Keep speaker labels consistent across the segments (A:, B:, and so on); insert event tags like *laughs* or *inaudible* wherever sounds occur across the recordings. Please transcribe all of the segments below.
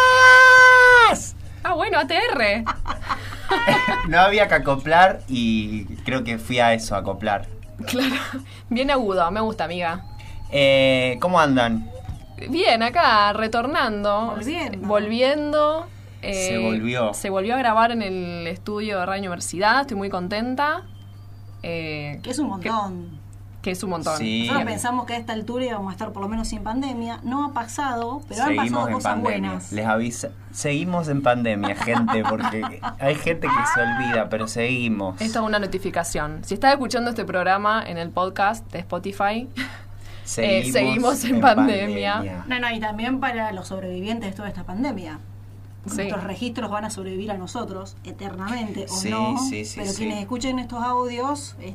A: ¡Bienvenidos!
B: Ah, bueno,
C: *laughs*
B: ATR.
A: No había que acoplar y creo que fui a eso, a acoplar.
B: Claro. Bien agudo, me gusta, amiga.
A: Eh, ¿Cómo andan?
B: Bien, acá, retornando.
C: Volviendo.
B: Volviendo. eh,
A: Se volvió.
B: Se volvió a grabar en el estudio de Radio Universidad. Estoy muy contenta. Eh,
C: Que es un montón.
B: que es un montón.
A: Sí.
C: Nosotros pensamos que a esta altura íbamos a estar por lo menos sin pandemia. No ha pasado, pero han pasado
A: Seguimos en
C: cosas
A: pandemia.
C: buenas.
A: Les avisa. Seguimos en pandemia, gente, porque hay gente que se olvida, pero
C: Ah,
A: seguimos.
B: Esto es una notificación. Si estás escuchando este programa en el podcast de Spotify,
C: *laughs*
A: seguimos,
B: eh, seguimos en pandemia.
C: No, no, y también para los sobrevivientes de toda esta pandemia.
B: Sí.
C: Nuestros registros van a sobrevivir a nosotros eternamente o
A: Sí,
C: no.
A: sí, sí,
C: pero
A: sí.
C: quienes escuchen estos audios eh,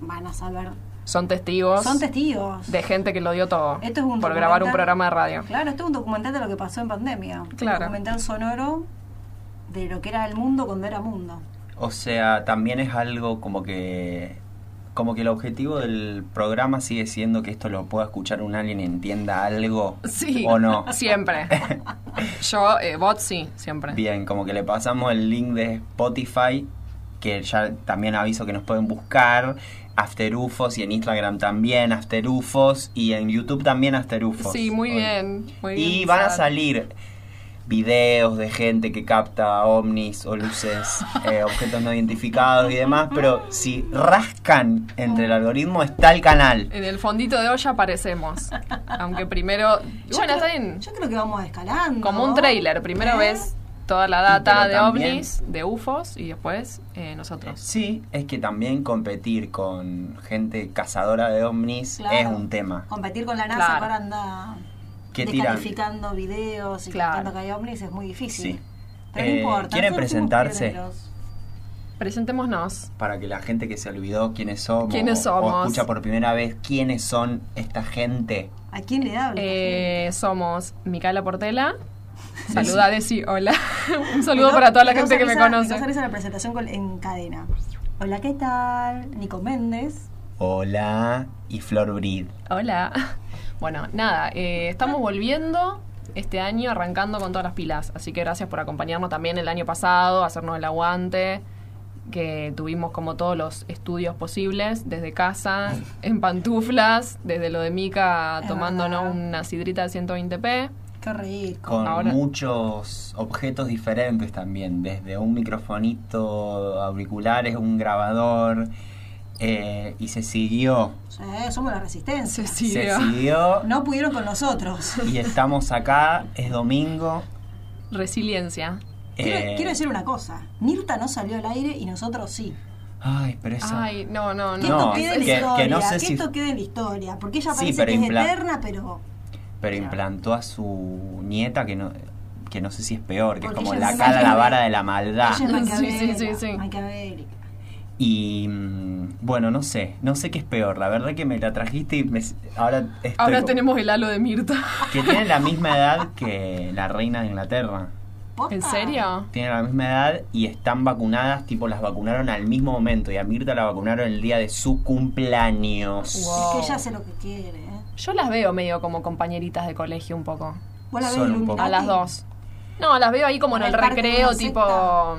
C: van a saber.
B: son testigos
C: Son testigos.
B: de gente que lo dio todo
C: Esto es un
B: por grabar un
C: documental.
B: programa de radio.
C: Claro, esto es un documental de lo que pasó en pandemia.
B: Claro.
C: Un documental sonoro de lo que era el mundo cuando era mundo.
A: O sea, también es algo como que. Como que el objetivo del programa sigue siendo que esto lo pueda escuchar un alien y entienda algo.
B: Sí.
A: ¿O
B: *laughs*
A: no?
C: *laughs*
B: Siempre. Yo, eh, bot, sí, siempre.
A: Bien, como que le pasamos el link de Spotify, que ya también aviso que nos pueden buscar. Afterufos y en Instagram también Afterufos y en YouTube también Afterufos.
B: Sí, muy
A: Hoy.
B: bien. Muy bien
A: Y van a
B: Sara.
A: salir videos de gente que capta ovnis o
B: *laughs*
A: luces, eh, objetos no identificados y demás, pero si rascan entre el algoritmo está el canal.
B: En el fondito de olla aparecemos. Aunque primero.
C: Yo
B: bueno,
C: creo-
B: está bien.
C: Yo creo que vamos escalando.
B: Como un trailer. Primero
C: ¿Eh?
B: ves toda la data
A: Pero
B: de
A: también-
B: ovnis, de UFOs y después eh, nosotros.
A: Sí, es que también competir con gente cazadora de ovnis
C: Claro.
A: es un tema.
C: Competir con la NASA
B: Claro.
C: para andar
A: ¿Qué tiran?
C: descalificando videos y
B: Claro.
C: contando que hay ovnis es muy difícil.
A: Sí.
C: Pero no
A: Eh,
C: importa.
A: ¿quieren
C: nosotros somos
A: presentarse?
C: pioneros.
B: Presentémonos.
A: Para que la gente que se olvidó quiénes somos,
B: ¿Quiénes
A: o- o
B: somos?
A: escucha por primera vez quiénes son esta gente.
C: ¿A quién le hablo?
B: Eh, somos Micaela Portela. Saluda a Desi, hola. *laughs* un saludo
C: Me
B: para toda la
C: causa
B: gente que me
C: risa-
B: conoce.
C: causa risa la presentación con- en cadena. Hola, ¿qué tal? Nico Méndez.
A: Hola, y Flor Brid.
B: Hola. *laughs* Bueno, nada, eh, estamos volviendo este año arrancando con todas las pilas. Así que gracias por acompañarnos también el año pasado, hacernos el aguante, que tuvimos como todos los estudios posibles, desde casa, en pantuflas, desde lo de Mica
C: Es
B: tomándonos
C: verdad.
B: una sidrita de 120p.
C: Qué reír.
A: Con
B: Ahora-
A: muchos objetos diferentes también, desde un microfonito, auriculares, un grabador, eh, y se siguió.
C: Sí, somos la resistencia.
B: Se siguió.
A: Se siguió
C: *laughs* No pudieron con nosotros.
A: *laughs* y estamos acá, es domingo.
B: Resiliencia.
A: eh,
C: Quiero, quiero decir una cosa. Mirta no salió al aire y nosotros sí.
A: Ay, pero esa...
B: Ay, no, no,
C: Que
B: no.
C: esto
A: No,
C: quede en la
A: que-
C: historia.
A: que
C: Que,
A: no sé si-
C: esto quede en la historia. Porque ella
A: Sí,
C: parece
A: pero
C: que es
A: impla-
C: eterna, pero.
A: Pero implantó a su nieta que no, que no sé si es peor, que es
C: Porque
A: como
C: ella
A: la
C: es
A: cara a la
C: maquiavela.
A: vara de la maldad.
C: Ella es
B: Sí, sí,
C: maquiavélica.
B: sí, sí.
C: maquiavélica.
A: Y mm, bueno, no sé, no sé qué es peor. La verdad que me la trajiste y me, ahora estoy
B: Ahora
A: como-
B: tenemos el halo de Mirta.
A: que tiene la misma edad que la reina de Inglaterra.
C: ¿Posta?
B: ¿En serio?
A: Tienen la misma edad y están vacunadas, tipo las vacunaron al mismo momento y a Mirta la vacunaron el día de su cumpleaños.
B: Wow.
C: Es que ella hace lo que quiere. ¿eh?
B: Yo las veo medio como compañeritas de colegio un poco.
C: ¿Vos la ves
A: Solo un poco.
B: A las
C: Illuminati?
B: dos. No, las veo ahí como en
C: En
B: el
C: el parque
B: recreo,
C: de una
B: tipo.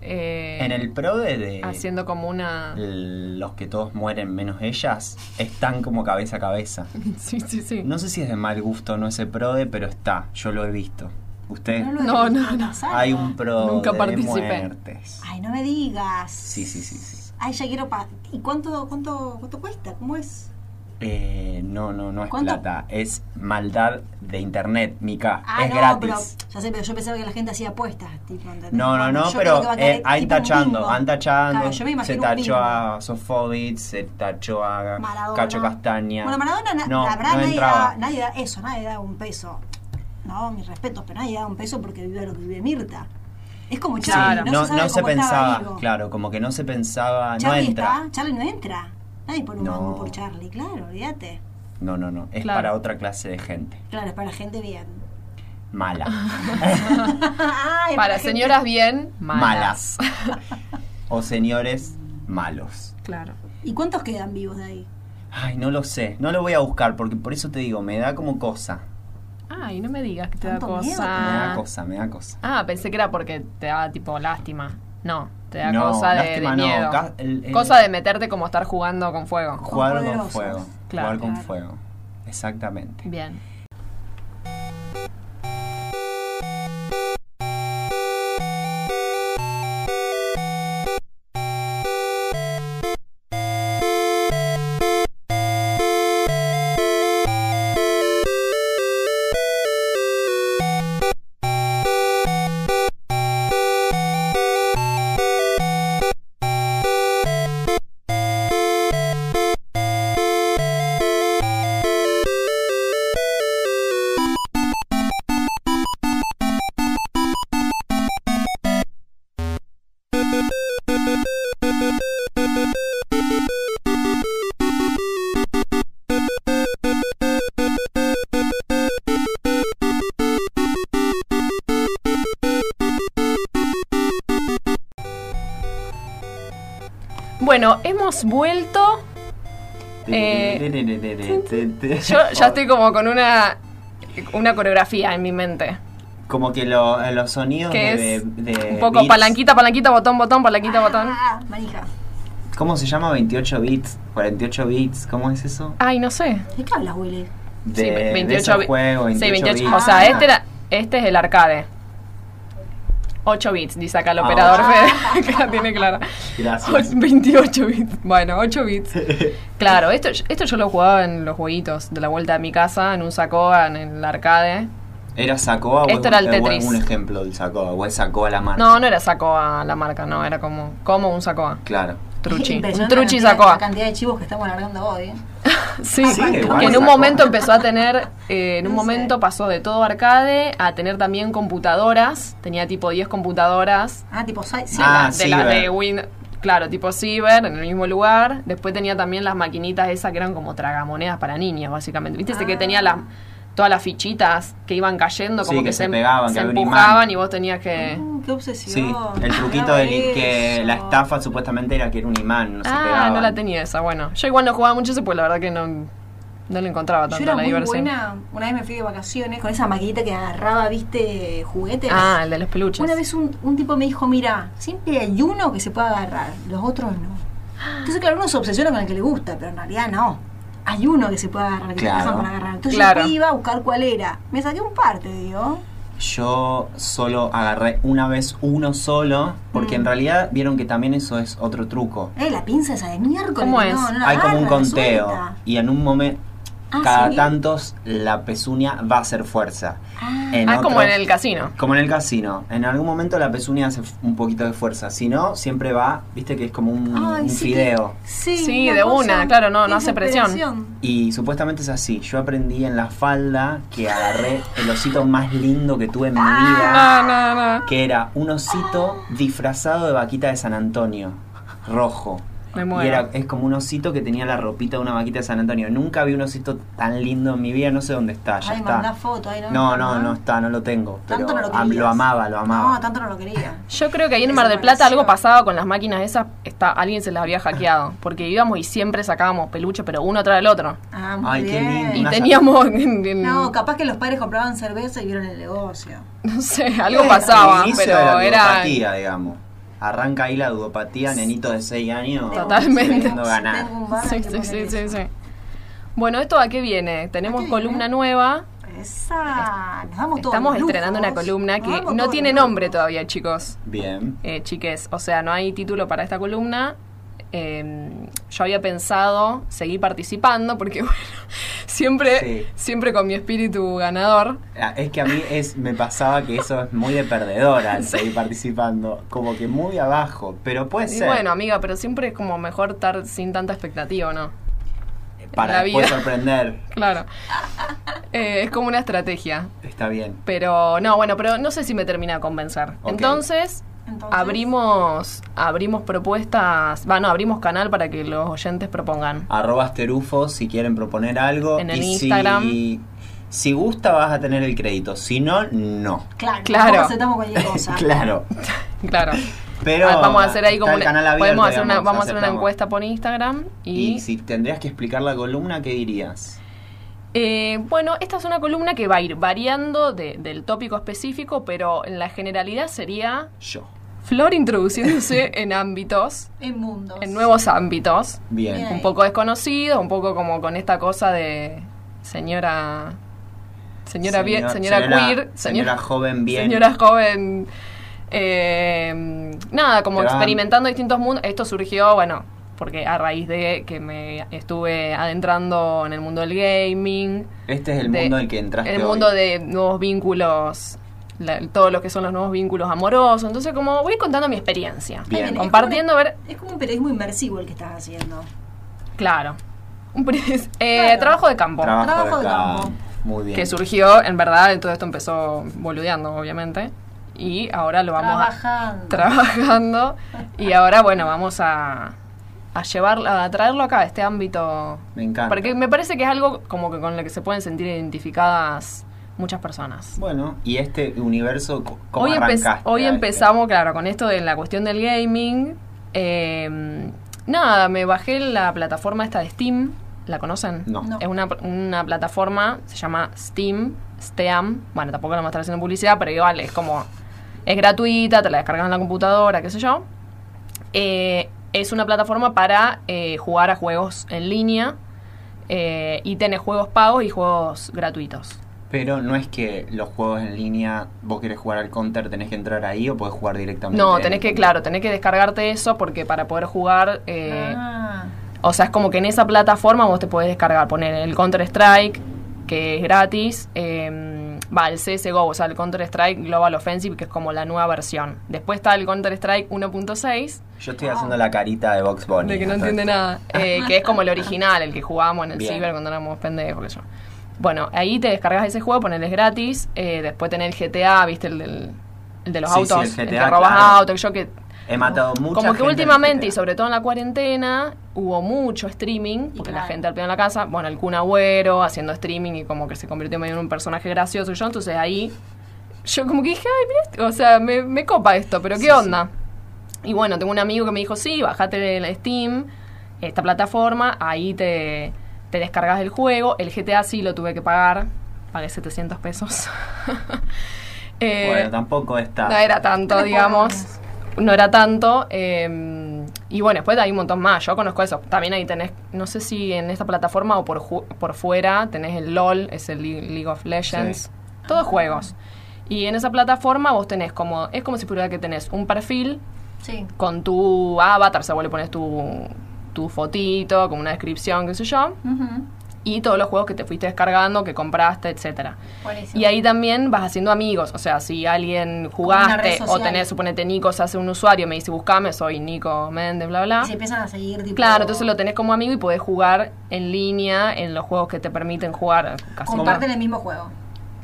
B: eh,
A: En el eh, pro de, de
B: Haciendo como una.
A: los que todos mueren menos ellas, están como cabeza a cabeza.
B: *laughs* Sí, sí, sí.
A: No sé si es de mal gusto o no ese prode, pero está, yo lo he visto. Usted,
C: No, lo
B: No,
C: dejes
B: no,
C: de
B: no.
C: pasar.
A: hay un pro
B: Nunca
A: de
B: participé.
A: muertes.
C: Ay, no me digas.
A: Sí, sí, sí, sí.
C: Ay, ya quiero. pa- ¿Y cuánto, cuánto, cuánto cuesta? ¿Cómo es?
A: Eh, no, no, no es
C: ¿Cuánto?
A: plata, es maldad de internet, Mica,
C: Ah,
A: es
C: no,
A: gratis.
C: pero. Ya sé, pero yo pensaba que la gente hacía apuestas. Tipo, ¿entendés?
A: No, no,
C: Bueno,
A: no,
C: yo
A: pero
C: creo que va a
A: eh,
C: caer
A: ahí
C: tipo un
A: tachando,
C: bingo.
A: han tachando.
C: Claro, yo me
A: se
C: imagino un
A: tachó
C: bingo.
A: a Sofovich, se tachó a
C: Maradona.
A: Cacho Castaña.
C: Bueno, Maradona, na-
A: no,
C: la verdad,
A: no
C: nadie,
A: entraba.
C: da, nadie da eso, nadie da un peso. No, mis respetos, pero nadie da un peso porque vive lo que vive Mirta. Es como
A: Sí,
C: Charlie,
A: no,
C: no, se, sabe
A: no se
C: cómo estaba
A: pensaba,
C: vivo.
A: claro, como que no se pensaba,
C: Charlie
A: no entra.
C: está, Charlie no entra. Nadie pone un
A: No.
C: mango por Charlie, claro, olvídate.
A: No, no, no, es
B: Claro.
A: para otra clase de gente,
C: Claro, es para gente bien. *laughs*
A: mala,
C: Ay,
B: Para
C: gente-
B: señoras bien,
A: malas.
B: malas.
A: o señores malos.
B: Claro.
C: ¿Y cuántos quedan vivos de ahí?
A: Ay, no lo sé, no lo voy a buscar porque por eso te digo, me da como cosa.
B: Ay, no me digas que te da
C: Tanto miedo.
B: cosa.
A: Me da cosa, me da cosa.
B: Ah, pensé que era porque te da tipo lástima. No, te da
A: No,
B: cosa de, de
A: lástima no,
B: miedo.
A: ca- el- el-
B: Cosa de meterte como estar jugando con fuego.
A: Jugar con
C: poderosos.
A: fuego.
B: Claro,
A: jugar con
C: claro.
A: fuego. Exactamente.
B: Bien. Bueno, hemos vuelto. Eh, Yo ya estoy como con una, una coreografía en mi mente.
A: Como que lo- eh, los sonidos
B: Que
A: de,
B: es
A: de-
B: Un poco
A: Eh, beats-
B: palanquita, palanquita, botón, botón, palanquita, botón.
C: Ah, manija.
A: ¿Cómo se llama? 28 bits, 48 bits, ¿cómo es eso?
B: Ay, no sé.
C: ¿De qué hablas, Willy?
A: De,
B: Sí,
A: de
B: bi-
A: esos juegos, 28,
B: sí, 28
A: bits.
B: O sea,
C: Ah.
B: este, era, este es el arcade. 8 bits, dice acá el
A: Ah,
B: operador
A: ocho.
B: Fede, *laughs* que la tiene clara. *laughs*
A: Gracias.
B: 28 bits. Bueno, 8 bits. Claro, esto, esto yo lo jugaba en los jueguitos de la vuelta a mi casa, en un sacoa, en el arcade.
A: ¿Era Sacoa o
B: Esto
A: es-
B: era el
A: o es
B: Tetris.
A: un ejemplo del Sacoa? ¿O es Sacoa la marca?
B: No, no era sacoa la marca, no, era como, como un sacoa.
A: Claro.
C: *laughs*
B: Truchi. Un
C: Impresionante
B: truchi
C: la cantidad-
B: sacoa.
C: La cantidad de chivos que estamos alargando hoy. ¿eh?
B: Sí,
A: Ah, Sí,
B: que
A: igual
B: en un
A: sacó.
B: momento empezó a tener, eh, en un
C: No sé.
B: momento pasó de todo arcade a tener también computadoras, tenía tipo 10 computadoras
C: Ah, tipo sai- sí.
A: Ah,
B: de las de
A: ciber.
B: Win, claro, tipo Cyber en el mismo lugar, después tenía también las maquinitas esas que eran como tragamonedas para niñas, básicamente, viste, ese que
C: Ah.
B: tenía las todas las fichitas que iban cayendo,
A: Sí,
B: como
A: que se
B: em-
A: pegaban, que
B: se
A: había un imán.
B: empujaban y vos tenías que...
C: Mm, qué obsesión.
A: Sí, el truquito
C: Mirá
A: de que
C: eso.
A: la estafa supuestamente era que era un imán, no se
B: ah,
A: pegaban.
B: no la tenía esa, bueno, yo igual no jugaba mucho eso, pues la verdad que no, no le encontraba
C: Yo
B: tanto
C: era
B: la
C: muy
B: diversión.
C: buena. Una vez me fui de vacaciones con esa maquinita que agarraba, viste, juguetes.
B: Ah, el de los peluches.
C: Una vez un, un tipo me dijo, mira, siempre hay uno que se puede agarrar, los otros no. Entonces, claro, uno se obsesiona con el que le gusta, pero en realidad no. Hay uno que se puede agarrar, que
A: Claro.
C: te dejan para agarrar. Entonces
B: Claro.
C: yo iba a buscar cuál era. Me saqué un par, te digo.
A: Yo solo agarré una vez uno solo, porque
C: Mm.
A: en realidad vieron que también eso es otro truco.
C: Eh, la pinza esa de miércoles.
B: ¿Cómo es?
C: No, no la
A: Hay como un
C: agarra, la
A: conteo
C: suelta.
A: y en un momento,
C: Ah,
A: cada
C: ¿sí?
A: tantos, la pezuña va a hacer fuerza.
C: Ah.
B: Ah, como
A: otros-
B: en el casino.
A: Como en el casino, en algún momento la pezuña hace f- un poquito de fuerza, si no, siempre va, viste que es como un,
C: Ah. Ay,
A: un
C: sí,
A: fideo.
C: que- Sí,
B: Sí, de una, claro, no- no hace presión.
C: desesperación.
A: Y supuestamente es así, yo aprendí en la falda que agarré el osito más lindo que tuve en mi
C: Ah,
A: vida,
B: No, no, no.
A: que era un osito disfrazado de vaquita de San Antonio, rojo.
B: Me
A: Y
B: muero.
A: era, es como un osito que tenía la ropita de una vaquita de San Antonio. Nunca vi un osito tan lindo en mi vida, no sé dónde está, Ah, ya
C: Ay,
A: está.
C: mandá foto, ahí no.
A: No, no, no está, no lo tengo. Pero
C: Tanto no lo
A: am-
C: querías.
A: lo amaba, lo amaba.
C: No, tanto no lo quería.
B: Yo creo que ahí en
C: Esa
B: Mar del Plata
C: conexión.
B: algo pasaba con las máquinas esas, está, alguien se las había hackeado, porque íbamos y siempre sacábamos peluches, pero uno atrás del otro.
C: Ah, muy
A: Ay, qué
C: bien.
A: lindo.
B: Y
A: Una
B: teníamos, en- en-
C: No,
B: no,
C: capaz que los padres compraban cerveza y vieron el negocio.
B: sé, algo
A: Eh,
B: pasaba,
A: el inicio de
B: pero
A: la
B: era...
A: Ludopatía, digamos. Arranca ahí la ludopatía, nenito de 6 años.
B: Totalmente.
A: queriendo ganar.
C: Tengo un bar
B: Sí,
C: que
B: sí,
C: pone
B: sí, sí,
C: eso.
B: sí. Bueno, ¿esto a qué viene? Tenemos
C: ¿A qué viene?
B: columna nueva.
C: Esa, nos damos todos
B: Estamos
C: los lujos.
B: estrenando una columna
C: Nos
B: que
C: damos
B: no
C: todos
B: tiene
C: los lujos.
B: nombre todavía, chicos.
A: Bien.
B: eh, chiques. O sea, no hay título para esta columna. Eh, yo había pensado seguir participando porque, *laughs* bueno, siempre,
A: Sí.
B: siempre con mi espíritu ganador.
A: Ah, Es que a mí es, me pasaba que eso es muy de perdedora al seguir participando. Como que muy abajo. Pero puede
B: Y
A: ser.
B: bueno, amiga, pero siempre es como mejor estar sin tanta expectativa, ¿no?
A: para
B: la
A: después
B: vida.
A: sorprender. *laughs*
B: Claro. Eh, es como una estrategia.
A: Está bien.
B: Pero no, bueno, pero no sé si me termina de convencer.
A: Ok.
B: Entonces,
C: Entonces,
B: abrimos, abrimos propuestas, bueno, abrimos canal para que los oyentes propongan.
A: Arroba Asterufo si quieren proponer algo.
B: En el
A: y si-
B: Instagram.
A: si gusta vas a tener el crédito. Si no, no.
C: Claro,
B: Claro.
C: tampoco
B: *laughs*
C: aceptamos cualquier cosa.
A: *laughs* Claro.
B: Claro.
A: Pero
B: Ah, vamos a hacer ahí
A: está
B: como
A: el
B: una-
A: canal abierto,
B: podemos hacer una,
A: digamos,
B: vamos a hacer una
A: aceptamos.
B: encuesta por Instagram y,
A: Y si tendrías que explicar la columna, ¿qué dirías?
B: Eh, bueno, esta es una columna que va a ir variando de- del tópico específico, pero en la generalidad sería
A: Yo. *laughs*
B: Flor introduciéndose en ámbitos,
C: En mundos.
B: en nuevos ámbitos,
A: Bien.
C: Bien.
B: un poco desconocidos, un poco como con esta cosa de señora, señora bien, señora, queer,
A: señora, joven bien.
B: señora joven. eh, nada, como
A: Te van-
B: experimentando distintos mundos. Esto surgió, bueno, porque a raíz de que me estuve adentrando en el mundo del gaming,
A: Este es el
B: de-
A: mundo en el que entraste.
B: en el
A: hoy.
B: mundo de nuevos vínculos, la- todos los que son los nuevos vínculos amorosos. Entonces, como voy contando mi experiencia.
A: Bien.
C: es
B: Compartiendo,
C: como-
B: ver-
C: Es como un periodismo inmersivo el que estás haciendo.
B: Claro. Un pri- *laughs* eh,
C: Claro.
B: Trabajo de campo.
A: Trabajo,
C: Trabajo
A: de
C: de
A: campo.
C: campo.
A: Muy bien.
B: Que surgió, en verdad, todo esto empezó boludeando, obviamente. Y ahora lo vamos a... *laughs*
C: Trabajando.
B: trabajando y ahora bueno vamos a, a llevarlo a traerlo acá a este ámbito
A: Me encanta.
B: porque me parece que es algo como que con lo que se pueden sentir identificadas muchas personas
A: Bueno, y este universo, co- ¿cómo
B: hoy, empe-
A: arrancaste
B: hoy
A: a este?
B: empezamos claro con esto de la cuestión del gaming Eh, nada me bajé la plataforma esta de Steam la conocen
A: No.
C: No.
B: es una, una plataforma, se llama Steam, Steam. Bueno, tampoco la vamos a estar haciendo publicidad, pero igual es como. Es gratuita, te la descargas en la computadora, qué sé yo. Eh, es una plataforma para eh, jugar a juegos en línea eh, y tiene juegos pagos y juegos gratuitos.
A: Pero no es que los juegos en línea, vos querés jugar al counter, tenés que entrar ahí o podés jugar directamente.
B: No,
A: en
B: tenés
A: el
B: que,
A: Counter?
B: claro, tenés que descargarte eso porque para poder jugar. eh,
C: Ah,
B: O sea, es como que en esa plataforma vos te podés descargar, poner el Counter-Strike, que es gratis, eh, va el CSGO, o sea, el Counter-Strike Global Offensive, que es como la nueva versión. Después está el Counter-Strike 1.6,
A: Yo estoy haciendo la carita de Box Bunny.
B: de que no
A: entonces-
B: entiende nada, eh, que es como el original, el que jugábamos en el
A: Bien.
B: ciber cuando éramos pendejos, qué sé yo. Bueno, ahí te descargas ese juego, ponele es gratis, eh, después tenés el GTA, viste, el, del- el de los
A: Sí, sí,
B: autos,
A: el
B: el,
A: GTA,
B: que robas
A: claro.
B: autos, yo que...
A: He matado mucha
B: Como que
A: gente en
B: últimamente,
A: GTA.
B: y sobre todo en la cuarentena, hubo mucho streaming,
C: Y
B: porque la
C: claro.
B: gente al pie en la casa, bueno, el Kun Agüero haciendo streaming y como que se convirtió medio en un personaje gracioso y yo, entonces ahí yo como que dije, ay, mira, esto", o sea, me, me copa esto, pero ¿qué onda? Y bueno, tengo un amigo que me dijo, sí, bajate la Steam, esta plataforma, ahí te, te descargas el juego, el GTA sí lo tuve que pagar, pagué 700 pesos. *laughs* Eh,
A: Bueno, tampoco está.
B: no era tanto,
A: *laughs*
C: Tres
B: digamos.
C: cuadras.
B: No era tanto. eh, y bueno, después hay un montón más. Yo conozco eso. También ahí tenés, no sé si en esta plataforma o por, ju- por fuera, tenés el LOL, es el Le- League of Legends.
A: Sí.
B: Todos juegos. Y en esa plataforma vos tenés como, es como si fuera que tenés un perfil
C: sí.
B: con tu avatar, o sea, vos le pones tu, tu fotito, con una descripción, qué sé yo,
C: Ujú.
B: y todos los juegos que te fuiste descargando, que compraste, etcétera.
C: Buenísimo.
B: Y ahí también vas haciendo amigos. O sea, si alguien
C: Como una red
B: jugaste o
C: social.
B: tenés, suponete, Nico se hace un usuario, me dice buscame, soy Nico Méndez, bla, bla.
C: Y se empiezan a seguir tipo.
B: Claro, entonces lo tenés como amigo y podés jugar en línea en los juegos que te permiten jugar. Casi
C: Comparten
B: todo.
C: el mismo juego.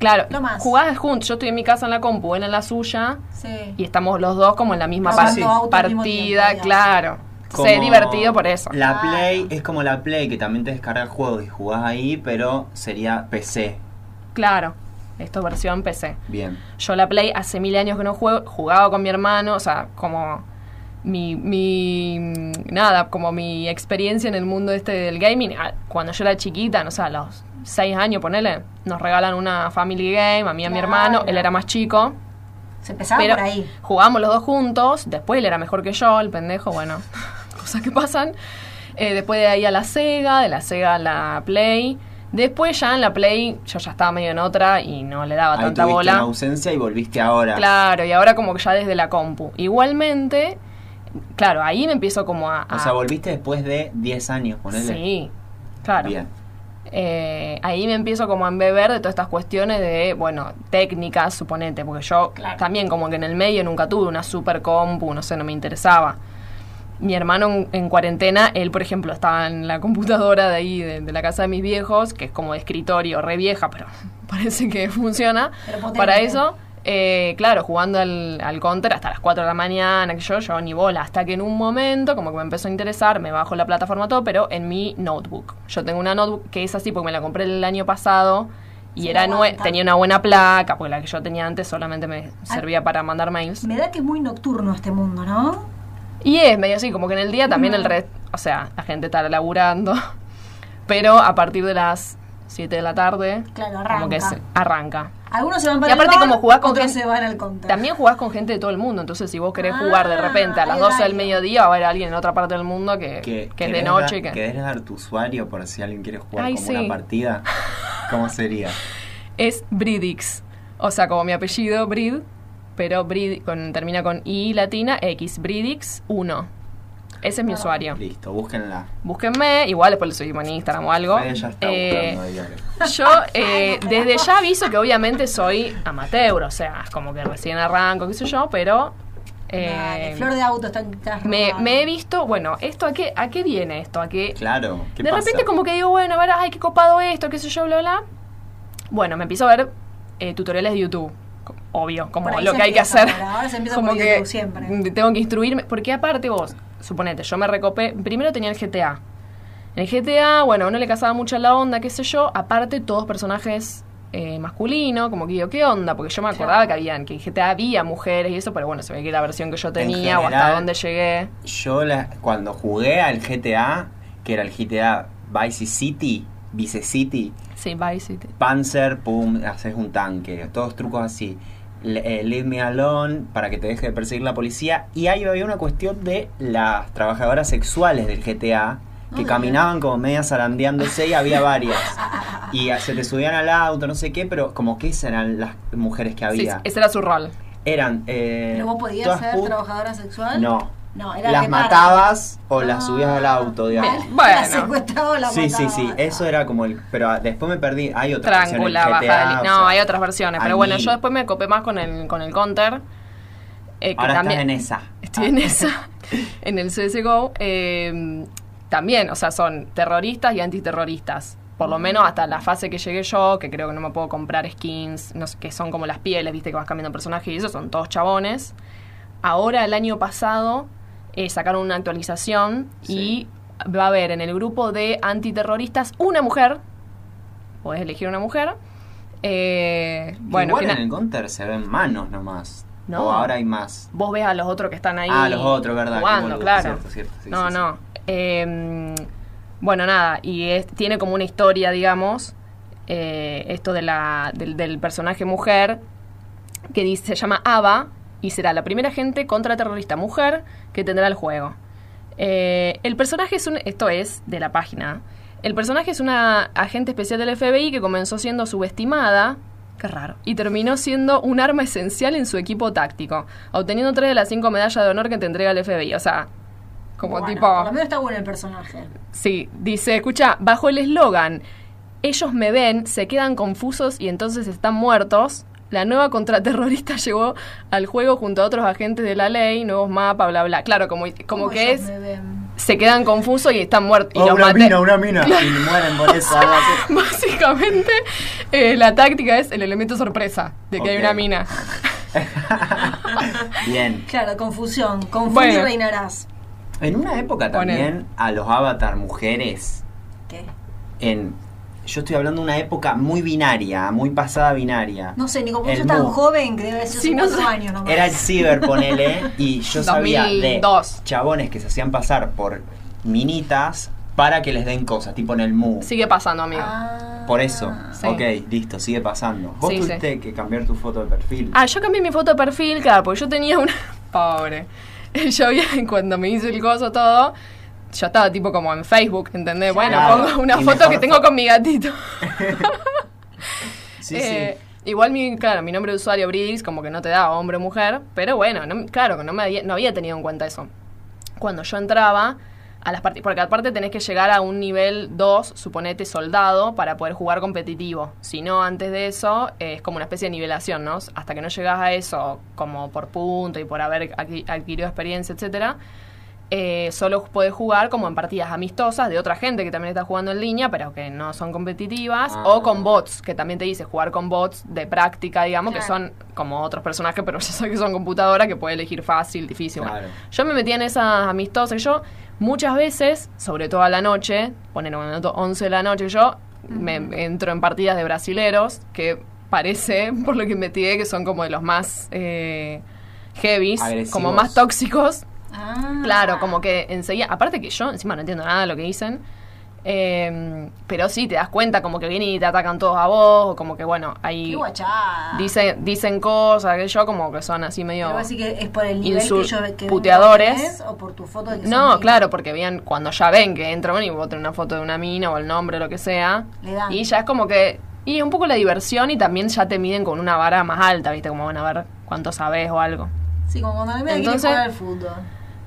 B: Claro,
C: lo más.
B: jugás juntos. Yo estoy en mi casa en la compu, él en la suya
C: Sí.
B: y estamos los dos como en la misma
A: Jugando
B: par-
C: auto al mismo tiempo,
B: partida,
C: digamos.
B: claro.
A: Como
B: Se divertido por eso.
A: La
C: Ah.
A: Play es como la Play, que también te descargas juegos y jugás ahí, pero sería PC.
B: Claro, esto versión PC.
A: Bien.
B: Yo la Play hace mil años que no juego, jugaba con mi hermano, o sea, como mi, mi mm, nada, como mi experiencia en el mundo este del gaming. Ah, Cuando yo era chiquita, no sé, a los seis años, ponele, nos regalan una Family Game, a mí y a mi
C: Claro.
B: hermano, él era más chico,
C: Se empezaba
B: pero
C: por ahí.
B: jugábamos los dos juntos, después él era mejor que yo, el pendejo, bueno, *laughs* cosas que pasan. Eh, después de ahí a la Sega, de la Sega a la Play. Después ya en la Play yo ya estaba medio en otra y no le daba
A: ahí
B: Ah, tanta
A: tuviste
B: bola.
A: una ausencia y volviste ahora.
B: Claro, y ahora como que ya desde la compu. Igualmente, claro, ahí me empiezo como a...
A: O
B: a-
A: sea, volviste después de 10 años, ponele.
B: Sí, claro.
A: Bien.
B: Eh, ahí me empiezo como a embeber de todas estas cuestiones de, bueno, técnicas, suponete, porque yo
C: Claro.
B: también como que en el medio nunca tuve una super compu, no sé, no me interesaba. Mi hermano en, en cuarentena, él por ejemplo estaba en la computadora de ahí, de, de la casa de mis viejos, que es como de escritorio, re vieja, pero *laughs* parece que funciona.
C: Pero potente.
B: Para eso, eh, claro, jugando al, al counter hasta las 4 de la mañana, que yo, yo ni bola, hasta que en un momento como que me empezó a interesar, me bajo la plataforma todo, pero en mi notebook. Yo tengo una notebook que es así porque me la compré el año pasado y
C: Sí,
B: era nue-
C: aguanta.
B: tenía una buena placa, porque la que yo tenía antes solamente me servía para mandar mails.
C: Me da que es muy nocturno este mundo, ¿no?
B: Y es medio así, como que en el *laughs* día también el red, o sea, la gente está laburando, pero a partir de las 7 de la tarde.
C: Claro,
B: Como que
C: arranca.
B: se- arranca.
C: Algunos se van
B: Y
C: para
B: aparte
C: el bar,
B: como jugás con
C: otros
B: gente-
C: se van al contra.
B: También jugás con gente de todo el mundo, entonces si vos querés
C: Ah,
B: jugar de repente a las
C: hay
B: 12 del
C: horario.
B: mediodía, va a haber alguien en otra parte del mundo que, que, es de
A: ¿Querés
B: noche.
A: dar-
B: que-
A: ¿Querés dar tu usuario por si alguien quiere jugar
B: Ay,
A: como
B: sí.
A: una
B: *laughs*
A: partida? ¿Cómo sería?
B: Es Bridix, o sea, como mi apellido, Brid, pero Brid con, termina con I latina, X, Bridix 1. Ese es
C: Ah.
B: mi usuario.
A: Listo, búsquenla.
B: Búsquenme, igual después lo subimos en Instagram o algo.
A: Ella está
B: Eh,
A: buscando, dígale.
B: Yo
C: *laughs*
B: eh, desde ya aviso que obviamente soy amateur, o sea, es como que recién arranco, qué sé yo, pero eh,
C: Dale, flor de auto están estás
B: me,
C: robando.
B: me he visto, bueno, esto a qué, a qué viene esto, a qué...
A: Claro. ¿qué
B: de
A: pasa?
B: repente como que digo, bueno, a ver, ay, qué copado esto, qué sé yo, bla, bla. Bueno, me empiezo a ver eh, tutoriales de YouTube, co- obvio, como
C: Por ahí
B: lo
C: se
B: que hay que
C: empieza,
B: hacer.
C: ahora- ahora se empieza
B: como
C: por
B: que mm.
C: YouTube siempre.
B: Tengo que instruirme, porque aparte vos, suponete, yo me recopé, primero tenía el GTA. En el GTA, bueno, no le casaba mucho la onda, qué sé yo, aparte todos personajes eh, masculinos, como que digo, ¿qué onda? Porque yo me acordaba que habían, que en GTA había mujeres y eso, pero bueno, se ve que la versión que yo tenía o hasta
A: general,
B: dónde llegué.
A: Yo la- cuando jugué al GTA, que era el GTA Vice City, Vice City,
B: Sí, Vice City.
A: Panzer, pum, haces un tanque, todos trucos así. Le- eh, leave me alone para que te deje de perseguir la policía. Y ahí había una cuestión de las trabajadoras sexuales del GTA que
C: mira.
A: caminaban como medias zarandeándose y había varias. Y eh, se te subían al auto, no sé qué, pero como que esas eran las mujeres que
B: Sí,
A: había.
B: ese era su rol.
A: Eran. eh,
C: ¿Pero vos podías
A: todas
C: ser
A: put-
C: trabajadora sexual?
A: No.
C: No, era
A: Las
C: de parte.
A: matabas o las
C: Ah.
A: subías al auto, digamos.
C: Mal.
B: Bueno.
C: La secuestraba o *laughs* la
A: Sí, sí,
C: mataba.
A: sí, eso era como el... Pero ah, después me perdí, hay otra versión en
B: Tráncula,
A: GTA,
B: baja de li-
A: o
B: No,
A: sea,
B: hay otras versiones. Pero
A: hay
B: bueno,
A: mil.
B: yo después me copé más con el, con el counter. eh, que
A: Ahora estás
B: también,
A: en esa. Ah.
B: Estoy en esa. En el CSGO. eh, también, o sea, son terroristas y antiterroristas. Por lo menos hasta la fase que llegué yo, que creo que no me puedo comprar skins, no sé, que son como las pieles, viste, que vas cambiando personaje y eso, son todos chabones. Ahora, el año pasado, eh, sacaron una actualización
A: Sí.
B: y va a haber en el grupo de antiterroristas una mujer. Podés elegir una mujer. Eh, bueno,
A: Igual
B: fina-
A: en el counter se ven manos nomás.
B: No.
A: O ahora hay más.
B: vos ves a los otros que están ahí.
A: Ah, los otros, verdad, qué
B: Jugando,
A: boludo,
B: claro.
A: cierto, cierto, sí,
B: no,
A: sí,
B: no. Eh, bueno, nada, y es- tiene como una historia, digamos, eh, esto de la, del, del personaje mujer, que dice, se llama Ava, y será la primera gente contraterrorista mujer que tendrá el juego. Eh, el personaje es un. Esto es de la página. El personaje es una agente especial del FBI que comenzó siendo subestimada. Qué raro. Y terminó siendo un arma esencial en su equipo táctico, obteniendo tres de las cinco medallas de honor que te entrega el FBI. O sea, como
C: Bueno,
B: tipo.
C: Por lo menos está bueno el personaje.
B: Sí, dice, escucha, bajo el eslogan, ellos me ven, se quedan confusos y entonces están muertos. La nueva contraterrorista *laughs* llegó al juego junto a otros agentes de la ley, nuevos mapas, bla, bla. Claro, como, como
C: ¿Cómo
B: que
C: ellos
B: es,
C: me ven?
B: se quedan confusos y están muertos. Y
A: Oh,
B: los
A: una
B: maté.
A: mina, una mina. Y mueren por eso. algo así.
B: *laughs* Básicamente, eh, la táctica es el elemento sorpresa de que hay
A: Ok.
B: una mina.
A: *laughs* Bien.
C: Claro, confusión. Confunde y
B: Bueno.
C: reinarás.
A: En una época
B: Ponele.
A: también a los avatar mujeres
C: ¿Qué?
A: en... Yo estoy hablando de una época muy binaria, muy pasada binaria.
C: No sé, Nico, porque
A: El
C: yo tan
A: Mu.
C: joven que debe ser
B: Sí, no
C: cuatro
B: sé.
C: años nomás.
A: Era el ciber, ponele, y
B: *laughs*
A: yo sabía de
B: 2002.
A: chabones que se hacían pasar por minitas para que les den cosas, tipo en el MU.
B: Sigue pasando, amigo.
C: Ah.
A: Por eso.
B: Sí.
A: Ok, listo, sigue pasando. Vos
B: Sí,
A: tuviste que cambiar tu foto de perfil.
B: Ah, yo cambié mi foto de perfil, claro, porque yo tenía una. *laughs* Pobre. Yo había, cuando me hice el gozo todo, yo estaba tipo como en Facebook, ¿entendés? Bueno,
A: Claro.
B: pongo una
A: Y
B: foto
A: mejor
B: que tengo
A: foto.
B: con mi gatito.
A: sí,
B: Eh,
A: sí.
B: Igual, mi, claro, mi nombre de usuario, Bridis, como que no te daba hombre o mujer, pero bueno, no, claro, que no, me había, no había tenido en cuenta eso. Cuando yo entraba a las partidas, porque aparte tenés que llegar a un nivel 2, suponete soldado, para poder jugar competitivo. Si no, antes de eso, eh, es como una especie de nivelación, ¿no? Hasta que no llegás a eso, como por punto y por haber adqui- adquirido experiencia, etcétera, eh, solo podés jugar como en partidas amistosas de otra gente que también está jugando en línea, pero que no son competitivas,
A: Ah.
B: o con bots, que también te dice jugar con bots de práctica, digamos, que
C: Claro.
B: son como otros personajes, pero *laughs* ya sabes que son computadoras que puede elegir fácil, difícil. bueno.
A: Claro.
B: Yo me metía en esas amistosas. Yo muchas veces, sobre todo a la noche, ponen un minuto 11 de la noche, yo me entro en partidas de brasileros que parece, *laughs* por lo que investigué, que son como de los más eh, heavies, como
A: Agresivos.
B: más tóxicos.
C: Ah.
B: Claro, como que enseguida. Aparte que yo encima no entiendo nada de lo que dicen. Eh, pero sí, te das cuenta como que vienen y te atacan todos a vos, o como que bueno, ahí
C: Qué guachada.
B: dicen, dicen cosas, que yo como que son así medio...
C: Pero así que es por el nivel
B: Insul-
C: que yo que
B: puteadores.
C: vos tenés, o por tu foto de que sos
B: No,
C: mina.
B: claro, porque bien, cuando ya ven que entra uno y vos tenés una foto de una mina o el nombre, lo que sea,
C: Le dan.
B: y ya es como que. Y un poco la diversión y también ya te miden con una vara más alta, ¿viste? Como van a ver cuánto sabes o algo.
C: Sí, como cuando la mina quiere
B: Entonces-
C: jugar al fútbol.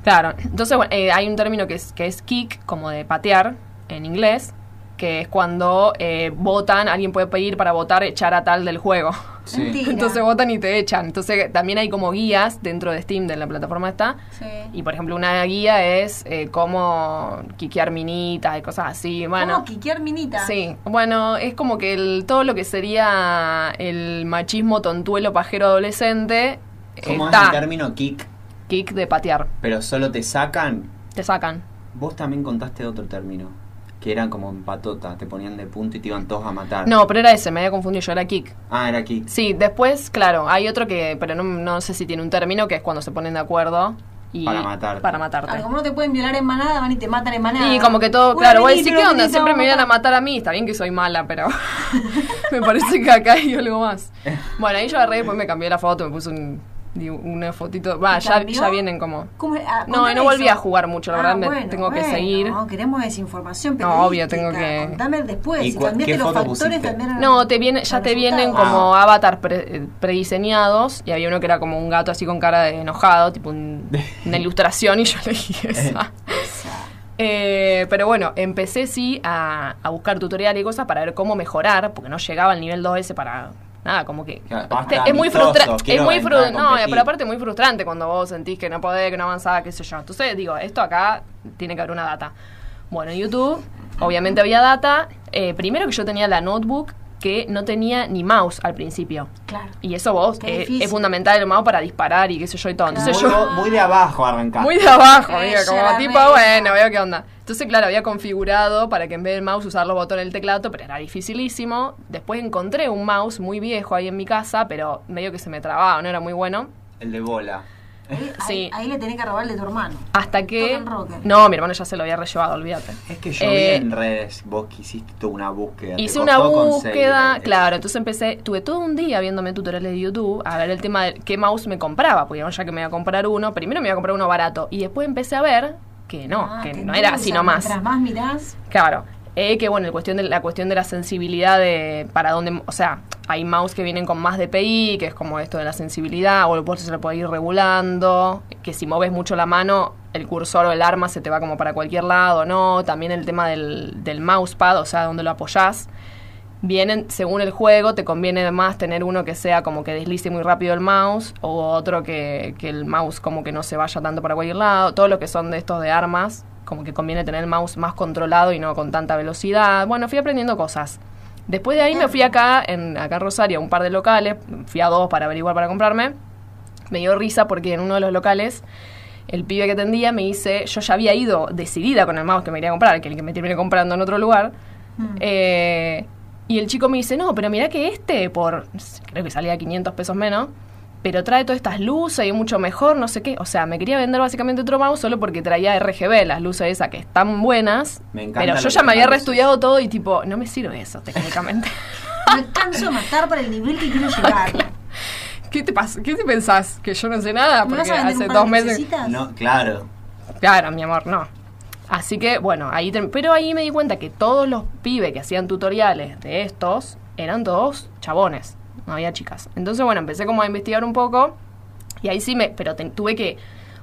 B: Claro, entonces bueno, eh, hay un término que es, que es kick, como de patear en inglés, que es cuando eh, votan, alguien puede pedir para votar echar a tal del juego. *laughs*
A: Sí.
C: Mentira.
B: Entonces votan y te echan. Entonces también hay como guías dentro de Steam, de la plataforma esta,
C: Sí.
B: Y por ejemplo, una guía es eh, cómo quiquear minitas y cosas así. Bueno,
C: ¿Cómo quiquear minita?
B: sí. Bueno, es como que el, todo lo que sería el machismo tontuelo pajero adolescente
A: ¿Cómo es el
B: está
A: término kick?
B: kick de patear.
A: Pero solo te sacan.
B: Te sacan.
A: Vos también contaste otro término. Que eran como en patota. Te ponían de punto y te iban todos a matar.
B: No, pero era ese, me había confundido yo, era kick.
A: Ah, era kick.
B: Sí, después, claro, hay otro que, pero no, no sé si tiene un término, que es cuando se ponen de acuerdo. Y
A: Para matarte.
B: Para matarte.
C: Claro, como no te pueden violar en manada, van y te matan en manada.
B: Y como que todo,
C: Una
B: claro, voy a
C: minita,
B: decir,
C: una
B: ¿qué onda?
C: minita,
B: Siempre me
C: vamos
B: vienen a
C: matar.
B: matar a mí, está bien que soy mala,
C: *laughs*
B: pero *laughs* me parece que acá hay algo más. Bueno, ahí yo agarré, después me cambié la foto, me puse un, di- una fotito, va,
C: ¿Te
B: ya,
C: cambió?
B: ya vienen como...
C: ¿Cómo es? Ah,
B: No, y no
C: contame
B: volví
C: eso. Ah,
B: a jugar mucho, la verdad, me tengo que seguir.
C: No, queremos desinformación, pero.
B: No, obvio, tengo que-
C: Contame después.
A: ¿Y
C: Si
A: cua-
C: cambiaste
A: qué
C: los
A: foto
C: factores,
A: pusiste?
C: cambiaron.
B: No, te viene, ya
C: los
B: te vienen
C: resultados.
B: como avatar pre- eh, prediseñados y había uno que era como un gato así con cara de enojado, tipo un- una ilustración y yo elegí esa. Eh, pero bueno, empecé sí a, a buscar tutorial y cosas para ver cómo mejorar, porque no llegaba al nivel 2S para nada, como que...
A: Claro,
B: Te-
A: basta,
B: es muy
A: amistoso,
B: frustrante. Es
A: quiero
B: muy
A: entrar a
B: fru- No,
A: competir.
B: pero aparte es muy frustrante cuando vos sentís que no podés, que no avanzás, qué sé yo. Entonces digo, esto acá tiene que haber una data. Bueno, en YouTube, obviamente había data. Eh, primero que yo tenía la notebook que no tenía ni mouse al principio.
C: Ah, Claro.
B: Y eso vos,
C: Qué
B: eh,
C: difícil.
B: es fundamental el mouse para disparar y qué sé yo y todo. Entonces
A: Muy,
B: yo
A: bo- muy de abajo arrancar.
B: muy de abajo, amiga,
C: Ella la
B: como tipo,
C: reina.
B: bueno, veo qué onda. Entonces, claro, había configurado para que en vez del mouse usar los botones del teclado, pero era dificilísimo. Después encontré un mouse muy viejo ahí en mi casa, pero medio que se me trababa, no era muy bueno.
A: El de bola.
B: *laughs*
C: Ahí, ahí-
B: Sí.
C: ahí le tenés que robarle a tu hermano.
B: Hasta que...
C: Tocan rocker.
B: No, mi hermano ya se lo había rellevado, olvídate.
A: Es que yo
B: Eh,
A: vi en redes, vos que hiciste toda una búsqueda. te
B: Hice una
A: costó
B: búsqueda,
A: conseguir.
B: claro, entonces empecé, tuve todo un día viéndome tutoriales de YouTube a ver el tema de qué mouse me compraba, porque ya que me iba a comprar uno, primero me iba a comprar uno barato y después empecé a ver que no,
C: Ah,
B: que
C: te
B: no era
C: endulzan.
B: así nomás.
C: Mientras más mirás,
B: Claro. Eh, que bueno, el cuestión de, la cuestión de la sensibilidad de para dónde, o sea, hay mouse que vienen con más DPI, que es como esto de la sensibilidad, o el bolso se lo puede ir regulando, que si moves mucho la mano, el cursor o el arma se te va como para cualquier lado, ¿no? También el tema del, del mousepad, o sea, donde lo apoyás. Vienen, según el juego, te conviene más tener uno que sea como que deslice muy rápido el mouse, o otro que, que el mouse como que no se vaya tanto para cualquier lado. Todo lo que son de estos de armas, como que conviene tener el mouse más controlado y no con tanta velocidad. Bueno, fui aprendiendo cosas. Después de ahí me fui acá, en, acá en Rosario, a un par de locales, fui a dos para averiguar para comprarme. Me dio risa porque en uno de los locales el pibe que atendía me dice, yo ya había ido decidida con el mouse que me quería comprar, que el que me terminé comprando en otro lugar.
C: Mm.
B: Eh, y el chico me dice, no, pero mirá que este, por, creo que salía 500 pesos menos, pero trae todas estas luces y mucho mejor, no sé qué. O sea, me quería vender básicamente otro mouse solo porque traía RGB, las luces esas que están buenas.
A: Me encanta
B: pero
A: lo
B: yo
A: que
B: ya me había
A: traen las
B: reestudiado todo y tipo, no me sirve eso técnicamente. *laughs*
C: no alcanzo a matar para el nivel que quiero llegar.
B: ¿Qué te pasa? ¿Qué te pensás? ¿Que yo no sé nada?
C: ¿Me
B: Porque
C: vas a vender
B: hace
C: un par
B: dos
C: de
B: meses...
C: lucecitas?
A: No, claro.
B: Claro, mi amor, no. Así que, bueno, ahí term- pero ahí me di cuenta que todos los pibes que hacían tutoriales de estos eran todos chabones, no había chicas. Entonces, bueno, empecé como a investigar un poco y ahí sí me, pero ten- tuve que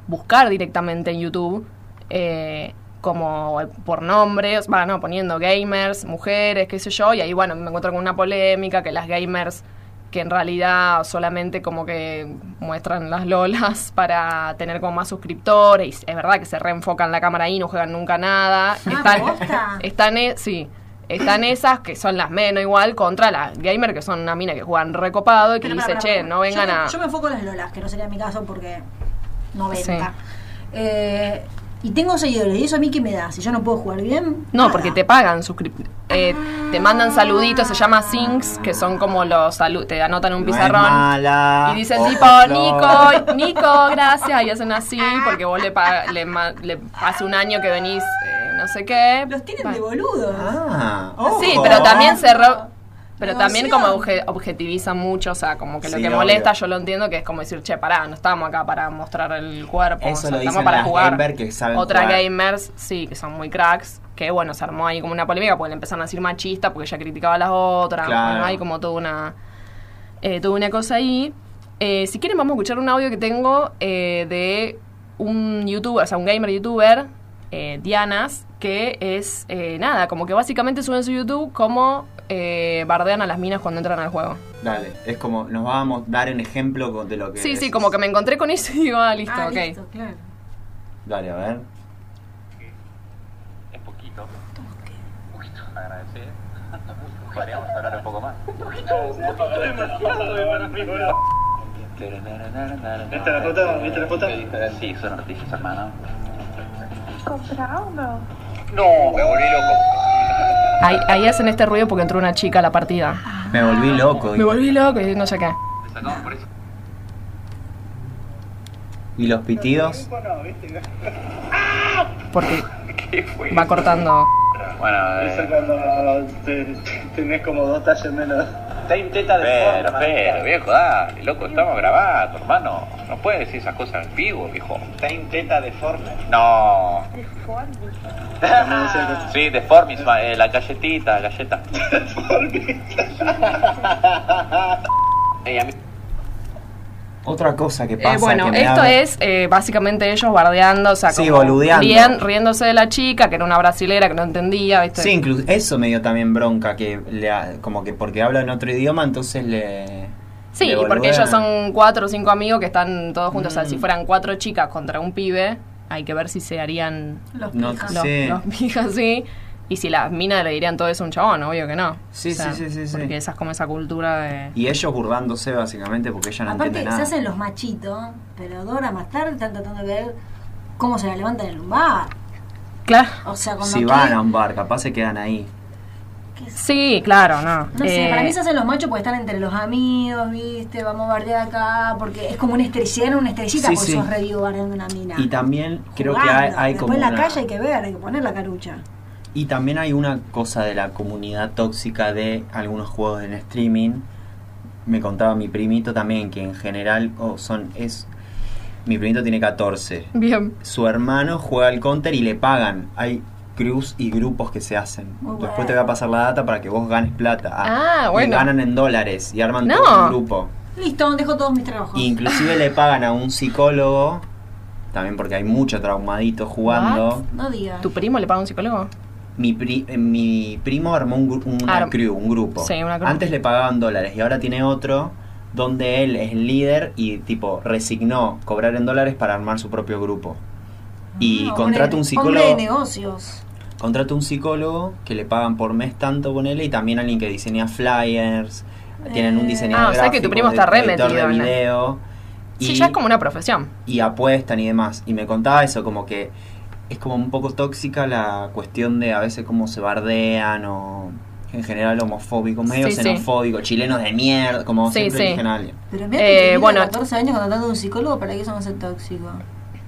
B: buscar directamente en YouTube eh, como por nombres, bueno, poniendo gamers, mujeres, qué sé yo, y ahí, bueno, me encuentro con una polémica que las gamers que en realidad solamente como que muestran las lolas *laughs* para tener como más suscriptores. Es verdad que se reenfocan la cámara ahí, no juegan nunca nada.
C: Ah, ¿posta?
B: Están, *laughs* están, e- sí, están esas que son las menos igual contra las gamer que son una mina que juegan recopado y que
C: Pero
B: dice,
C: pará, pará,
B: che,
C: pará.
B: no vengan
C: yo, me-
B: a...
C: Yo me enfoco en las Lolas, que no sería mi caso porque 90.
B: Sí.
C: Eh, y tengo seguidores, y eso a mí qué me da, si yo no puedo jugar bien.
B: No,
C: nada.
B: porque te pagan suscrip- eh, te mandan saluditos, se llama Sinks, que son como los saludos, te anotan en un
A: No es
B: pizarrón.
A: mala, Oh,
B: y dicen
A: ojo,
B: tipo,
A: Flor.
B: Nico, Nico, gracias. Y hacen así porque vos le, pa- le ma- le hace un año que venís, eh, no sé qué.
C: Los tienen
B: Bueno.
C: de boludos.
A: Ah,
B: Sí,
A: ojo.
B: pero también se ro- Pero
C: Negocio.
B: también como obje- objetiviza mucho, o sea, como que lo
A: Sí,
B: que
A: obvio.
B: molesta yo lo entiendo que es como decir, che, pará, no estamos acá para mostrar el cuerpo, o
A: Eso
B: sea,
A: lo
B: estamos
A: dicen
B: para
A: las
B: jugar.
A: gamer que saben
B: Otras
A: jugar.
B: gamers, sí, que son muy cracks, que bueno, se armó ahí como una polémica porque le empezaron a decir machista porque ella criticaba a las otras,
A: Claro.
B: bueno, hay como toda una, eh, toda una cosa ahí. Eh, si quieren vamos a escuchar un audio que tengo eh, de un youtuber, o sea, un gamer youtuber, eh, Dianas, que es, eh, nada, como que básicamente suben su YouTube como eh, bardean a las minas cuando entran al juego.
A: Dale, es como, nos vamos a dar un ejemplo con- de lo que.
B: Sí, sí,
A: decís.
B: como que me encontré con eso y digo, ah, listo,
C: Ah,
B: ok.
C: listo, claro.
A: Dale, a ver.
D: Es poquito. Poquito. Agradecer. *laughs* Podríamos hablar un poco más. ¿Viste la foto? ¿Viste la foto? Sí, son artistas, hermano.
E: comprado.
D: No, me volví loco.
B: Ahí, ahí hacen este ruido porque entró una chica a la partida.
A: Me volví loco.
B: Ah, Me volví loco y no sé qué.
D: Te sacamos *laughs* por eso.
A: ¿Y los pitidos?
B: Porque va
A: Eh,
B: cortando.
D: Bueno,
F: Eso
D: eh,
F: cuando te- tenés como dos talles menos. Ten teta
D: pero, pero, viejo, dale, loco, estamos grabando, hermano. No puedes decir esas cosas en vivo, viejo.
F: Ten teta deforme.
D: No.
E: Deforme.
D: Sí, deformis, ma- eh, la galletita, la *laughs* galleta. *laughs* Ey, a mí-
A: Otra cosa que
B: Eh,
A: pasa.
B: bueno,
A: que me
B: esto
A: da-
B: es eh, básicamente ellos bardeando, o sea,
A: Sí,
B: como
A: boludeando.
B: bien, riéndose de la chica, que era una brasilera que no entendía, ¿viste?
A: Sí, incluso eso me dio también bronca, que le, ha- como que porque habla en otro idioma, entonces le.
B: Sí,
A: le
B: y porque
A: boludean.
B: ellos son cuatro o cinco amigos que están todos juntos. O sea,
A: Mm.
B: si fueran cuatro chicas contra un pibe, hay que ver si se harían
C: Los
A: No,
C: pijas.
B: los,
A: Sí.
B: los *laughs* pijas así. Y si las minas le dirían todo eso a un chabón, obvio que no.
A: Sí,
B: O sea,
A: sí, sí, sí, sí.
B: Porque esa es como esa cultura de...
A: Y ellos burlándose básicamente porque ella no
C: Aparte,
A: entiende
C: se
A: nada.
C: hacen los machitos, pero dos horas más tarde están tratando de ver cómo se la levantan en el bar.
B: Claro.
C: O sea, cuando
A: Si
C: aquí-
A: van a un bar, capaz se quedan ahí.
B: Sí, claro, no.
C: No sé,
B: Eh,
C: para mí se hacen los machos porque están entre los amigos, ¿viste? Vamos a bardear acá, porque es como una estrellita, una estrellita
A: Sí,
C: por
A: sí.
C: sos re vivo bardeando una mina.
A: Y también creo que
C: Jugando.
A: hay, hay
C: Después
A: como.
C: en la
A: una-
C: calle hay que ver, hay que poner la carucha.
A: Y también hay una cosa de la comunidad tóxica de algunos juegos en streaming. Me contaba mi primito también que en general oh, son es mi primito tiene 14.
B: Bien.
A: Su hermano juega al counter y le pagan. Hay crews y grupos que se hacen.
C: Muy bueno.
A: Después te voy a pasar la data para que vos ganes plata.
B: Ah,
A: y
B: bueno.
A: ganan en dólares y arman
B: No.
A: todo un grupo.
C: Listo, dejo todos mis trabajos.
A: Y Inclusive le pagan a un psicólogo también porque hay mucho traumadito jugando.
B: What?
C: No digas.
B: ¿Tu primo le paga un psicólogo?
A: Mi, pri- eh, mi primo armó un, gru- una
B: Ah, Arm-
A: crew, un grupo.
B: Sí, una crew.
A: Antes le pagaban dólares y ahora tiene otro donde él es el líder y tipo resignó cobrar en dólares para armar su propio grupo. Y
C: Ah,
A: contrata
C: hombre-
A: un
C: Hombre de
A: psicólogo,
C: negocios.
A: contrata un psicólogo que le pagan por mes tanto ponele y también alguien que diseña flyers, tienen un
C: Eh.
A: diseñador
B: Ah, o sea que tu
A: gráfico,
B: primo está re
A: editor de
B: metido en la-
A: video.
B: Sí,
A: y-
B: ya es como una profesión.
A: y apuestan y demás. Y me contaba eso, como que es como un poco tóxica la cuestión de a veces cómo se bardean o en general homofóbicos, medio
B: Sí, sí.
A: xenofóbicos, chilenos de mierda, como
B: Sí,
A: siempre
B: sí.
A: eligen a alguien.
C: Pero mira,
B: Eh,
C: que
B: bueno.
C: bueno, 14 años contratando a un psicólogo para que eso no sea tóxico.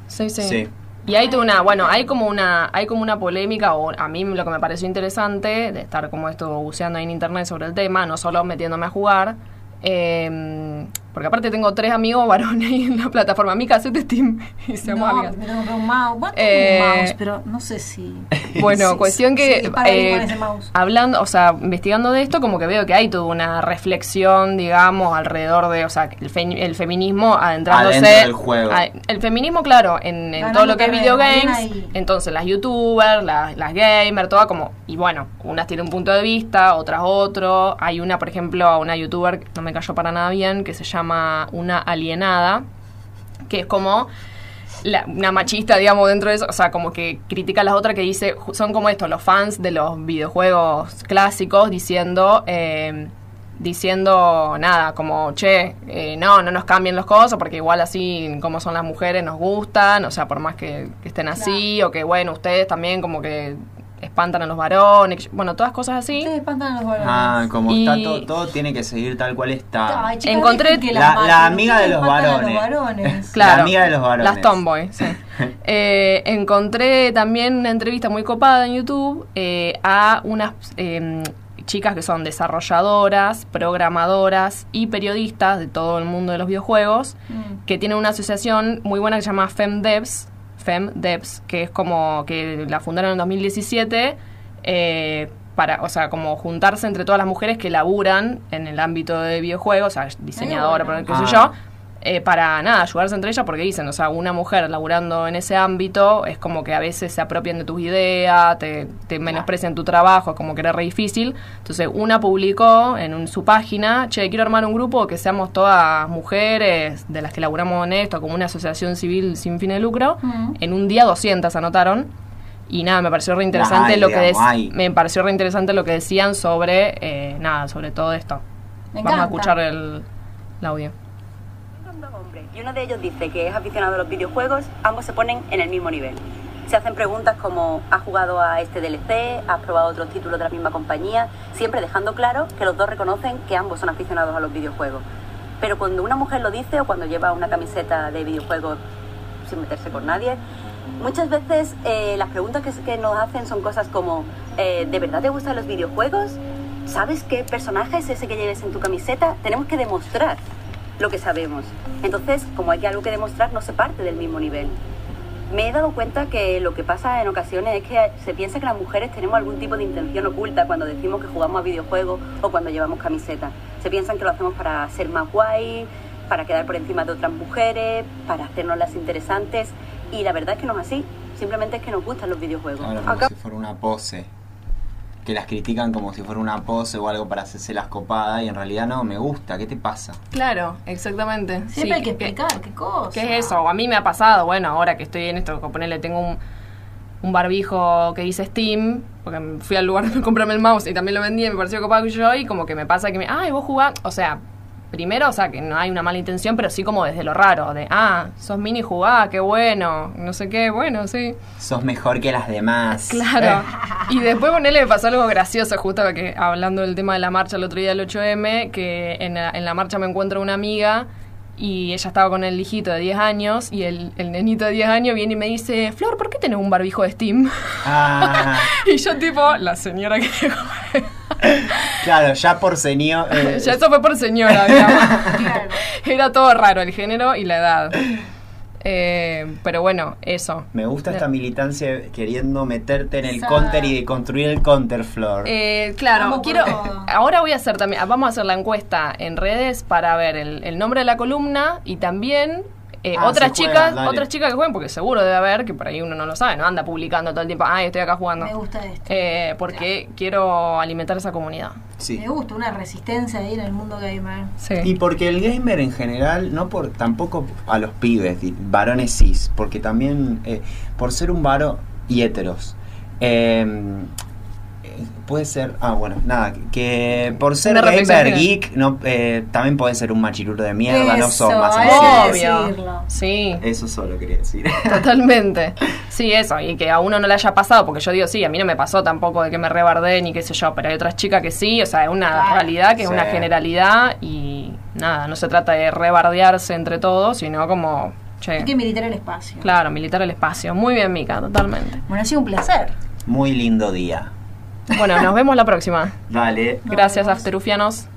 B: Sí, sí.
A: Sí.
B: Y hay toda una, bueno, hay como una, hay como una polémica, o a mí lo que me pareció interesante, de estar como esto buceando ahí en internet sobre el tema, no solo metiéndome a jugar, eh, porque aparte tengo tres amigos varones *laughs* ahí en la plataforma, mi cassette Steam, y seamos
C: no,
B: amigas.
C: me tengo que comprar un mouse. Vos
B: Eh,
C: tenés un mouse, pero no sé si. *laughs*
B: Bueno,
C: Sí,
B: cuestión
C: sí,
B: que
C: sí, para ahí
B: eh,
C: con ese mouse.
B: hablando, o sea, investigando de esto, como que veo que hay toda una reflexión, digamos, alrededor de, o sea, el, fe- el feminismo adentrándose.
A: Adentro del juego.
B: a- el feminismo, claro, en, en
C: Ganando
B: todo lo que es
C: terreno, bien
B: videogames.
C: ahí.
B: Entonces, las youtubers, las, las gamers, todas como. Y bueno, unas tienen un punto de vista, otras otro. Hay una, por ejemplo, una youtuber, que no me cayó para nada bien, que se llama Una Alienada, que es como la- una machista, digamos, dentro de eso. O sea, como que critica a las otras que dice, ju- son como estos, los fans de los videojuegos clásicos diciendo... eh, diciendo nada como che eh, no no nos cambien los cosas porque igual así como son las mujeres nos gustan o sea por más que, que estén así o que bueno ustedes también como que espantan a los varones bueno todas cosas así
C: Ustedes espantan a los varones.
A: Ah, como
B: Y-
A: está todo, todo tiene que seguir tal cual está.
C: Ay, chicas,
B: Encontré
C: dejen que las
A: la-
C: maten,
A: la amiga de
C: ustedes
A: los
C: espantan a
A: varones.
C: varones.
B: claro
A: amiga de los varones. *laughs*
B: las tomboy sí Eh, encontré también una entrevista muy copada en YouTube eh, a unas eh, chicas que son desarrolladoras, programadoras y periodistas de todo el mundo de los videojuegos,
C: Mm.
B: que tienen una asociación muy buena que se llama FemDevs, FemDevs, que es como que la fundaron en 2017 eh, para, o sea, como juntarse entre todas las mujeres que laburan en el ámbito de videojuegos, o sea, diseñadora,
C: bueno.
B: qué sé
A: Ah.
B: yo, eh, para nada, ayudarse entre ellas, porque dicen, o sea, una mujer laburando en ese ámbito es como que a veces se apropian de tus ideas, te, te menosprecian tu trabajo, es como que era re difícil. Entonces, una publicó en un- su página, che, quiero armar un grupo que seamos todas mujeres de las que laburamos en esto, como una asociación civil sin fin de lucro.
C: Mm.
B: En un día 200 anotaron. Y nada, me pareció re interesante
A: Ay,
B: lo que
A: digamos,
B: dec-
A: ay.
B: me pareció re interesante lo que decían sobre eh, nada, sobre todo esto.
C: Me
B: Vamos a
C: encanta.
B: escuchar el, el audio.
E: Dos hombres, y uno de ellos dice que es aficionado a los videojuegos, ambos se ponen en el mismo nivel. Se hacen preguntas como ¿has jugado a este DLC? ¿Has probado otros títulos de la misma compañía? Siempre dejando claro que los dos reconocen que ambos son aficionados a los videojuegos. Pero cuando una mujer lo dice o cuando lleva una camiseta de videojuegos sin meterse con nadie, muchas veces eh, las preguntas que, que nos hacen son cosas como eh, ¿de verdad te gustan los videojuegos? ¿Sabes qué personaje es ese que lleves en tu camiseta? Tenemos que demostrar lo que sabemos. Entonces, como hay que algo que demostrar, no se parte del mismo nivel. Me he dado cuenta que lo que pasa en ocasiones es que se piensa que las mujeres tenemos algún tipo de intención oculta cuando decimos que jugamos a videojuegos o cuando llevamos camisetas. Se piensan que lo hacemos para ser más guay, para quedar por encima de otras mujeres, para hacernos las interesantes y la verdad es que no es así. Simplemente es que nos gustan los videojuegos.
A: Ahora como si fuera una pose. Que las critican como si fuera una pose o algo para hacerse las copadas y en realidad no, me gusta, ¿qué te pasa?
B: Claro, exactamente.
C: Siempre hay que
B: que-
C: explicar qué cosa.
B: ¿Qué es eso? A mí me ha pasado, bueno, ahora que estoy en esto, como ponerle, tengo un, un barbijo que dice Steam, porque me fui al lugar *laughs* de comprarme el mouse y también lo vendí, y me pareció copado que yo, y como que me pasa que me, ay, vos jugás, o sea, primero, o sea, que no hay una mala intención, pero sí como desde lo raro, de, ah, sos mini jugá, qué bueno, no sé qué, bueno, sí.
A: Sos mejor que las demás.
B: Claro.
A: Eh,
B: Y después ponele, me pasó algo gracioso, justo que hablando del tema de la marcha el otro día del 8M, que en la, en la marcha me encuentro una amiga y ella estaba con el hijito de 10 años y el, el nenito de 10 años viene y me dice, Flor, ¿por qué tenés un barbijo de Steam? *laughs*
A: Ah,
B: Y yo tipo, la señora que...
A: claro, ya por
B: *laughs*
A: señor. eh,
B: ya eso fue por señora, digamos.
C: *laughs* *laughs* Claro.
B: *laughs* Era todo raro, el género y la edad. Eh, pero bueno, eso.
A: Me gusta esta militancia queriendo meterte en el
C: Esa-
A: counter y construir el counter floor.
B: Eh, claro,
C: Vamos por
B: quiero. *laughs*
C: todo.
B: Ahora voy a hacer también. Vamos a hacer la encuesta en redes para ver el, el nombre de la columna y también. eh,
A: Ah,
B: otras
A: se juega,
B: chicas,
A: dale.
B: otras chicas que jueguen, porque seguro debe haber, que por ahí uno no lo sabe, no anda publicando todo el tiempo, ay, estoy acá jugando.
C: Me gusta esto.
B: Eh, porque quiero alimentar esa comunidad.
A: sí.
C: Me gusta una resistencia ahí en el mundo gamer.
A: Y
B: Sí.
A: porque el gamer en general, no por tampoco a los pibes, di- varones cis, porque también eh, por ser un varón y heteros, eh, eh, puede ser, ah bueno, nada, que por ser
B: Una reflexión
A: gamer
B: general. eh.
A: geek, no, eh, también puede ser un machirulo de mierda, no
C: Eso,
A: son más
C: hay
A: sensibles.
C: que
B: Obvio.
C: decirlo.
B: Sí.
A: Eso solo quería decir. *laughs*
B: Totalmente. Sí, eso, y que a uno no le haya pasado, porque yo digo, sí, a mí no me pasó tampoco de que me rebardé ni qué sé yo, pero hay otras chicas que sí, o sea, es una
C: Claro.
B: realidad que es
A: Sí.
B: una generalidad y nada, no se trata de rebardearse entre todos, sino como, che,
C: Hay que militar el espacio.
B: claro, militar el espacio. Muy bien, Mica, totalmente.
C: Bueno, ha sido un placer.
A: Muy lindo día.
B: Bueno, nos vemos la próxima.
A: Dale.
B: Gracias, Afterufianos.